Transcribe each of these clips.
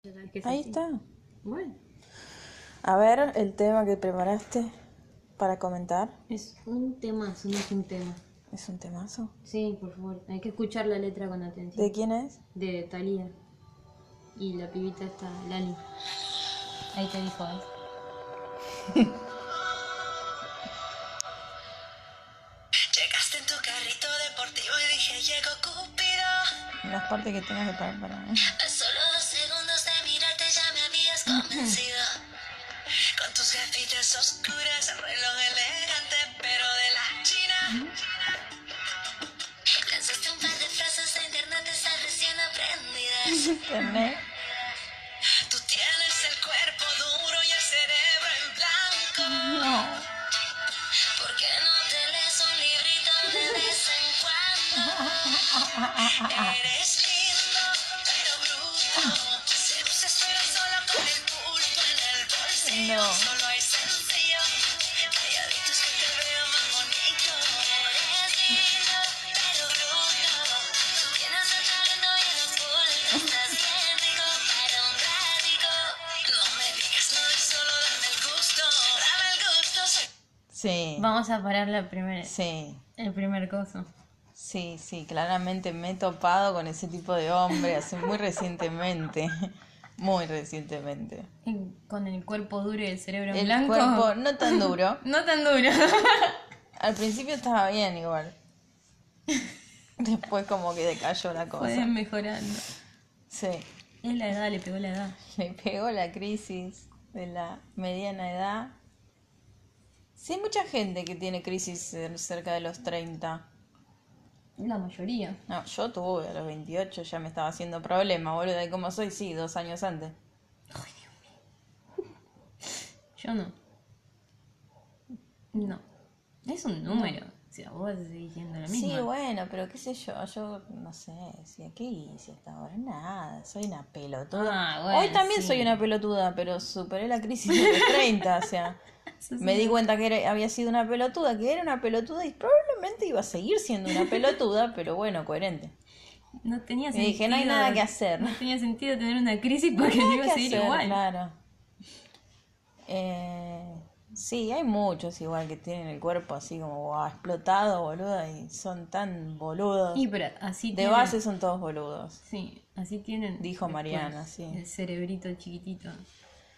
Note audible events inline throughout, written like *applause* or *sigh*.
¿Qué es Ahí así? está. Bueno, A ver el tema que preparaste para comentar. es un temazo, no es un tema. Es un temazo. Sí, por favor, hay que escuchar la letra con atención. ¿De quién es? De Thalía. Y la pibita está, Lali. Ahí te dijo, ¿eh? Llegaste en tu carrito deportivo y dije llegó Cupido. Las partes que tengas que parar *laughs* para A solo dos segundos de mirarte ya me habías convencido. Con tus gafitas oscuras, el reloj elegante, pero de la China. Lanzaste un par de frases a internet recién aprendidas. Internet. Tú tienes el cuerpo duro y el cerebro en blanco. No. ¿Por qué no te lees un librito de vez en cuando? Eres lindo, pero bruto. Seduces pero solo con el pulpo en el bolsillo. No. Solo hay sencillo. Calladitos que te veo más bonito. Eres lindo, pero bruto. Tienes el talento y el oculto. Estás bien rico para un ratico. No me digas no es solo dame el gusto. Dame el gusto, soy Sí. Vamos a parar la primera, Sí. el primer coso. Sí, sí, claramente me he topado con ese tipo de hombre hace muy recientemente. *laughs* Muy recientemente. En- con el cuerpo duro y el cerebro en El blanco. cuerpo no tan duro. No tan duro. Al principio estaba bien *laughs* igual. Después como que decayó la *laughs* cosa. Pueden mejorando. Sí. Es la edad, le pegó la edad. *laughs* Me pegó la crisis de la mediana edad. Sí, hay mucha gente que tiene crisis eh, cerca de los 30. La mayoría. No, yo tuve a los 28, ya me estaba haciendo problema, boludo. ¿Y cómo soy? Sí, dos años antes. Yo no. No. Es un número. Si a vos te seguís diciendo lo mismo. Sí, bueno, pero qué sé yo, yo no sé, decía, ¿qué hice hasta ahora? Nada, soy una pelotuda. Ah, bueno, Hoy también sí. soy una pelotuda, pero superé la crisis de los 30, o sea, Eso *laughs* sí. me di cuenta que era- había sido una pelotuda, que era una pelotuda y probablemente iba a seguir siendo una pelotuda, *laughs* pero bueno, coherente. No tenía Y sentido. dije, no hay nada que hacer. No tenía sentido tener una *laughs* crisis porque Nada iba que a seguir hacer, igual. Claro. Eh, sí, hay muchos igual que tienen el cuerpo así como "Buah, explotado, boludo, y son tan boludos. Y pero así de tienen- base son todos boludos. Sí, así tienen. Dijo después Mariana, sí. El cerebrito chiquitito.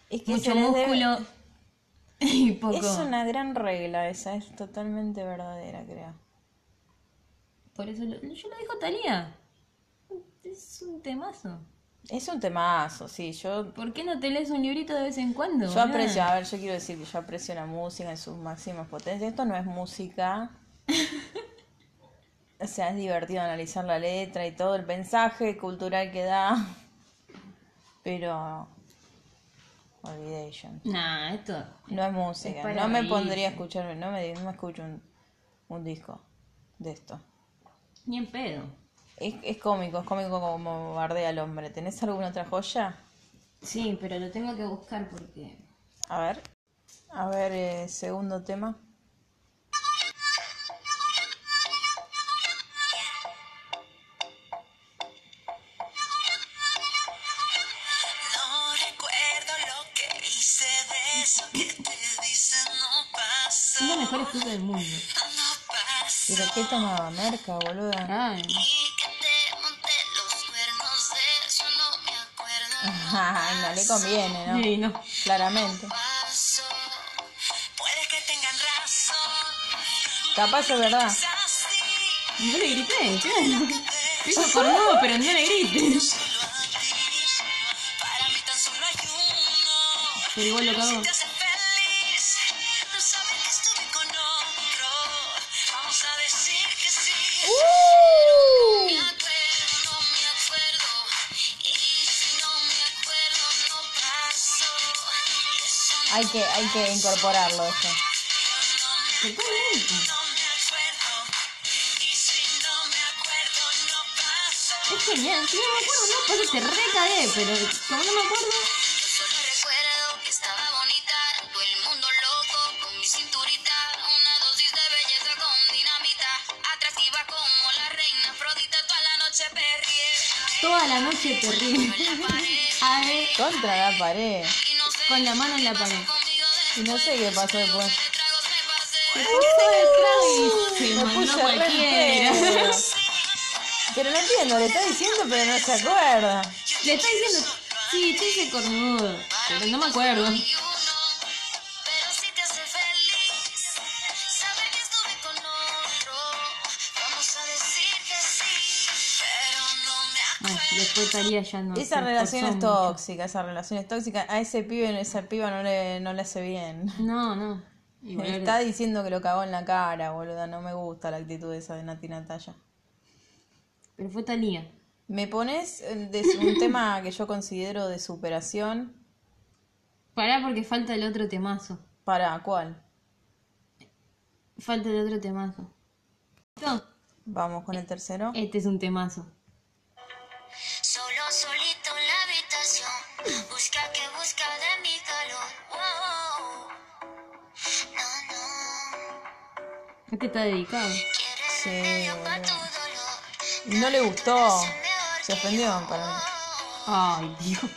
Es que Mucho se les debe- músculo *laughs* y poco. Es una gran regla esa, es totalmente verdadera, creo. Por eso lo- yo lo dijo Talía. Es un temazo. Es un temazo, sí, yo, ¿Por qué no te lees un librito de vez en cuando? yo boluda? aprecio, a ver, yo quiero decir que yo aprecio la música en sus máximas potencias. Esto no *laughs* es música. O sea, es divertido analizar la letra y todo el mensaje cultural que da. Pero. Olvidation. Nah, esto. No es música. Es para no me reírse. pondría a escuchar, no me, no me escucho un, un disco de esto. Ni en pedo. Es, es cómico, es cómico como bardea al hombre. ¿Tenés alguna otra joya? Sí, pero lo tengo que buscar porque. A ver. A ver, eh, segundo tema. No recuerdo lo que hice de eso que te dicen no pasó. Es la mejor excusa del mundo. No pasó. ¿Pero qué tomaba? Merca, boluda. Ay, Y que te monté los cuernos de eso no me acuerdo. Ay, *laughs* no le conviene, ¿no? Ah. sí, no. Claramente. Pasó. Puede que tengan razón. Capaz es verdad. Es así. No le grité, claro. Eso por no, pero no le grites. Solo a ti. Para mí tan solo hay uno. Pero igual lo cago. Te hace feliz, no sabes que estuve con otro. Vamos a decir que sí. No me acuerdo, no me acuerdo. Y si no me acuerdo, no pasó. Y eso Hay que, hay que incorporarlo eso. Totalmente. no me acuerdo. Y si no me acuerdo, no pasó. Es genial. Si no me acuerdo, no, porque te recagué, pero como no me acuerdo. Yo solo recuerdo que estaba bonita, todo el mundo loco con mi cinturita, una dosis de belleza con dinamita, atractiva como la reina Afrodita, toda la noche perrié. toda la noche terrible. *laughs* A ver, Contra la pared. con la mano en la pared. Y no sé qué pasó después. Se puso de trago y se Me mandó puse re cualquiera. entero. Pero no entiendo, le está diciendo, pero no se acuerda. *laughs* Le está diciendo, sí, te hice cornudo. Pero Pues no me acuerdo. Pero si te hace feliz saber que estuve con otro, vamos a decir que sí, pero no me Ay, después Talía ya no. Esa se relación es esforzó mucho. tóxica, esa relación es tóxica. A ese pibe, a esa piba no le, no le hace bien. No, no. Y Le volver- está diciendo que lo cagó en la cara, boluda. No me gusta la actitud esa de Nati Natalia. Pero fue Talía. Me pones eh, de *laughs* su- un tema que yo considero de superación. Pará porque falta el otro temazo. ¿Para cuál? Falta el otro temazo. No, Vamos con el tercero. este es un temazo. Solo solito en la habitación, busca que busca de mi calor. Wow. No, no, Este está dedicado. quieres Sí, remedio pa' boluda. tu dolor. No le gustó. Se ofendió para mí. Ay, Dios. No,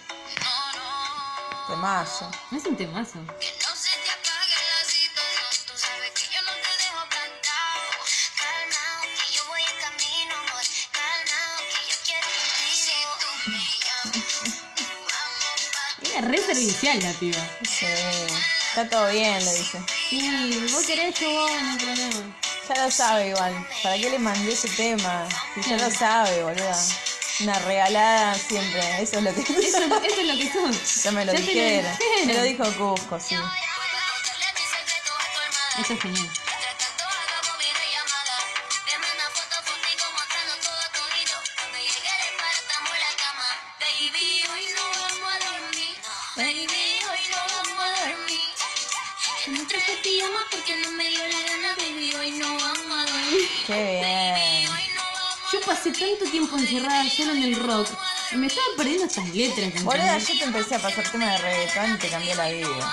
no, Temazo. No es un temazo. que no se te apague la situación. Tú sabes que yo no te dejo plantado. Calma, que yo voy en camino, amor. Calma, que yo quiero contigo. Si tú me llamas, vamos pa' Era re servicial la piba. Sí. Está todo bien, le dice. Sí, vos querés, yo voy, no hay problema. Ya lo sabe igual. ¿Para qué le mandé ese tema? Si ya lo sabe, boluda. Una regalada siempre. Eso es lo que... *laughs* Eso, eso es lo que sos. Ya me lo Ya te lo dijeron. dijeron. Me lo dijo Cusco, sí. Puedo contarle mis secretos a tu hermana. Esto es genial. Mientras tanto hago mi llamada. Te mando foto contigo mostrando todo tu hilo. Cuando llegue el estamos en la cama. Baby, hoy no vamos a dormir. Baby, hoy no vamos a dormir. En nuestro pijama porque no me dio la gana. Baby, hoy no vamos a dormir. Qué bien. Hoy no vamos Yo pasé tanto tiempo encerrada solo en el rock. Y me estaba perdiendo estas letras. ¿entendés? Boluda, yo te empecé a pasar tema de reggaetón y te cambió la vida. a dormir.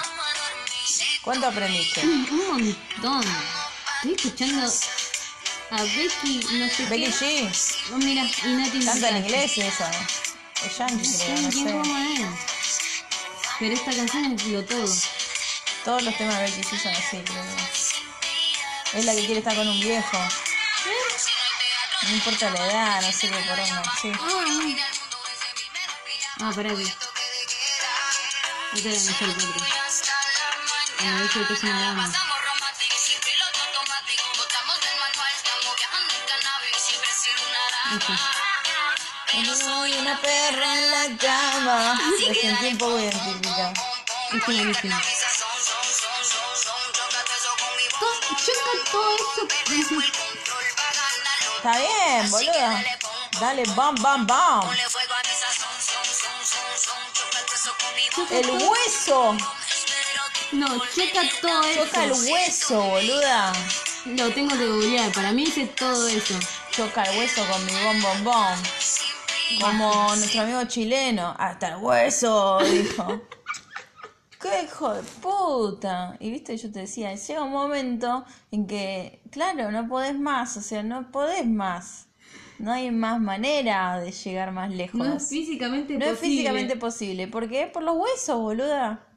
Si ¿Cuánto aprendiste? Un montón. Estoy escuchando a Becky, no sé qué. Becky G. Oh, mira, y Nati Canta en Natasha. inglés esa. Es yankee, creo, no ¿Quién sé. cómo es? Pero esta canción es lo todo. Todos los temas de Becky G son así, creo. Es la que quiere estar con un viejo. No importa la edad, no sé qué poronga. Sí. Ah, ah pará que. Esta es la mejor parte. hasta la Cuando mañana. dice que es una dama. Pasamos romántico, sin piloto automático. Botamos del manual, estamos viajando en cannabis. Siempre he sido una dama. Yo Soy una perra en la cama. Me sentí un poco identificada. Esta es buenísima. Todo- Choca todo esto. Está bien, boluda. Dale, bam, bam, bam. Choca El todo- hueso. No, checa todo Choca el eso. hueso, boluda. Lo tengo que googlear. Para mí dice todo eso. Choca el hueso con mi bom bom bom. Como nuestro amigo chileno. Hasta el hueso, dijo. ¡Qué hijo de puta! Y viste, yo te decía, llega un momento en que, claro, no podés más, o sea, no podés más. No hay más manera de llegar más lejos. No es físicamente No posible. es físicamente posible. ¿Por qué? Por los huesos, boluda.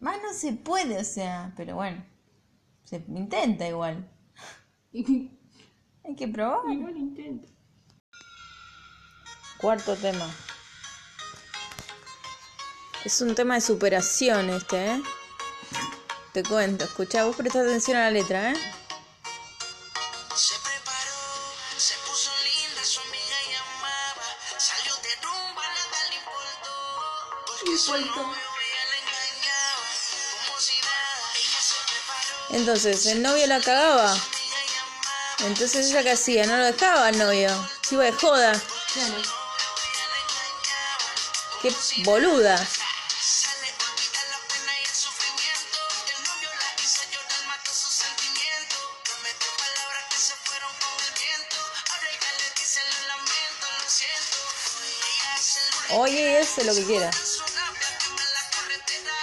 Más no se puede, o sea, pero bueno. Se intenta igual. Hay que probar. Igual intento. Cuarto tema. Es un tema de superación este, ¿eh? Te cuento, escuchá, vos presta atención a la letra, ¿eh? Se preparó, se puso linda, su amiga llamaba. Salió de rumba, nada le importó. Porque su novio ella la engañaba. Como si nada, ella se preparó. Entonces, el novio la cagaba. Entonces, ¿ella qué hacía? No lo dejaba al novio. Se iba de joda. *laughs* Claro. ¡Qué boluda! Se le olvida la pena y el sufrimiento. El novio la hizo llorar, mató sus sentimientos. Prometió palabras que se fueron con el viento. Ahora ella le dice lo lamento, lo siento. Hoy ella es el Oye, y él hace lo que quiera.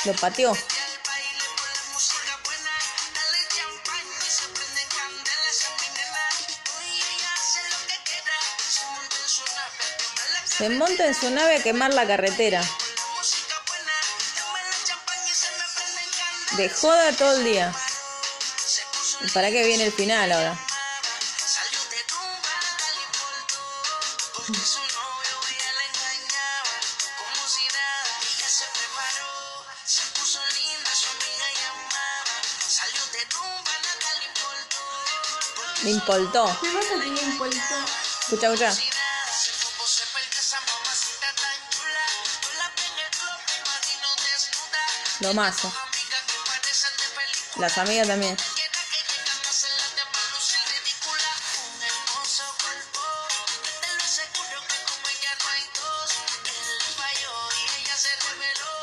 Lo pateó. Hoy ella hace lo que quiera, se monta en su Se monta en su nave a quemar la carretera. Música buena, toma la champán y se me prende en cana. De joda todo el día. Se puso ¿Y para qué viene el final ahora? Salió de tumba, al importó, porque su novio ya la engañaba, como si nada, ella se preparó, se puso linda, su amiga llamaba, salió de tumba, nada le importó, porque Me impoltó. ¿Qué pasa que me impoltó? Escucha, escucha. si nada, se fue se perdió esa mamacita tan chula, yo la vi en el club, me imagino desnuda, Lo mazo. amigas que parecen de película. Las amigas también. Quiera que llegan a celarte para lucir ridícula Un hermoso cuerpo Te lo aseguro que como ella no hay dos Él falló y ella se reveló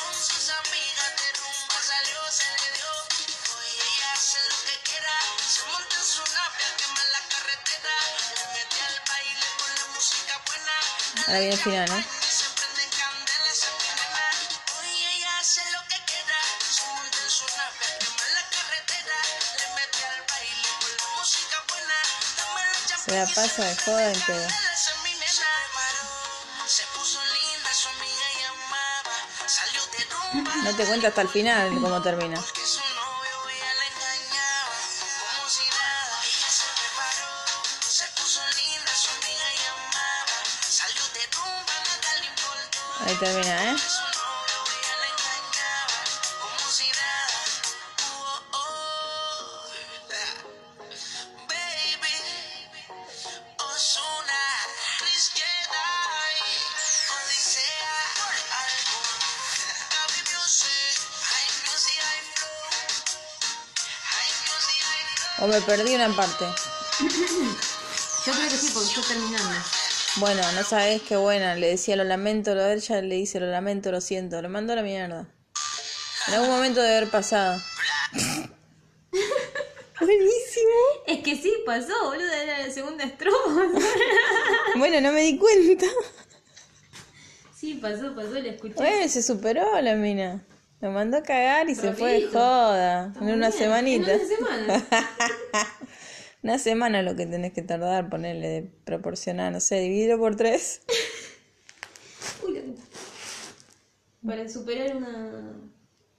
Con sus amigas de rumba salió, se le dio Hoy ella hace lo que quiera Se monta en su nave a quemar la carretera Le mete al baile con la música buena Ahora viene el final, ¿eh? ¿no? y se prenden candelas en mi nena. Hoy ella hace lo que quiera. Se monta en su nave, quema la carretera. Le mete al baile con la música buena. Dame la Se la champaña y pasa de joda en pedo. candelas en mi nena. Se puso linda, su amiga llamaba. Salió de rumba. No te cuenta hasta el final cómo termina. Que su novio ya la engañaba, como si nada. Ella se preparó, se puso linda, su amiga llamaba. Salió de rumba, nada le importó. Ahí termina, ¿eh? Su novio ya la engañaba, como si nada. Oh, oh, baby, Ozuna, Chris Jedi, Odisea, álbum. Gaby Music, High Music, High Flow, High Music, High O Flow. me perdí una parte. Yo creo que sí, porque estoy terminando. Bueno, no sabes qué buena. Le decía lo lamento, lo de ella le dice lo lamento, lo siento. Lo mandó a la mierda. En algún momento de *laughs* haber pasado. Buenísimo. Es que sí, pasó, boludo, era la segunda estrofa. Bueno, no me di cuenta. *laughs* sí, pasó, pasó, la escuché. Bueno, Eh, se superó la mina. Lo mandó a cagar y se fue de Rapidito. joda. Está En muy una bien, semanita. En una semana. *laughs* Una semana es lo que tenés que tardar, ponerle de proporcionar, no sé, dividirlo por tres. Uy, la puta. Para superar una.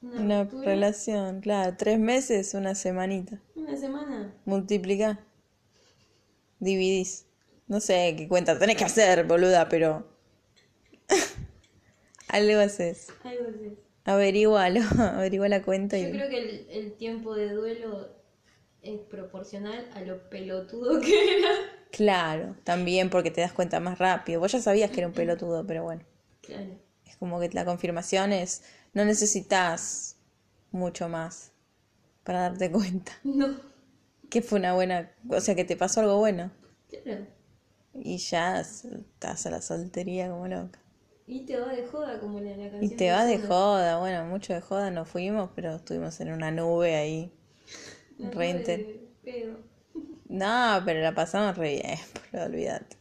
Una, Una ruptura, relación, claro, tres meses, una semanita. Una semana. Multiplicá. Dividís. No sé qué cuenta tenés que hacer, boluda, pero. *laughs* Algo haces. Algo así. Averígualo, *laughs* averigua la cuenta Yo y. creo que el, el tiempo de duelo es proporcional a lo pelotudo que era. Claro, también porque te das cuenta más rápido. Vos ya sabías que era un pelotudo, pero bueno. Claro. Es como que la confirmación es. No necesitas mucho más para darte *laughs* cuenta. No. Que fue una buena. O sea, que te pasó algo bueno. Claro. Y ya estás a la soltería como loca. Y te va de joda como la, la canción. Y te que vas de suena. joda, bueno, mucho de joda no fuimos, pero estuvimos en una nube ahí. La re nube inten- de pedo. No, pero la pasamos re bien, pero olvídate.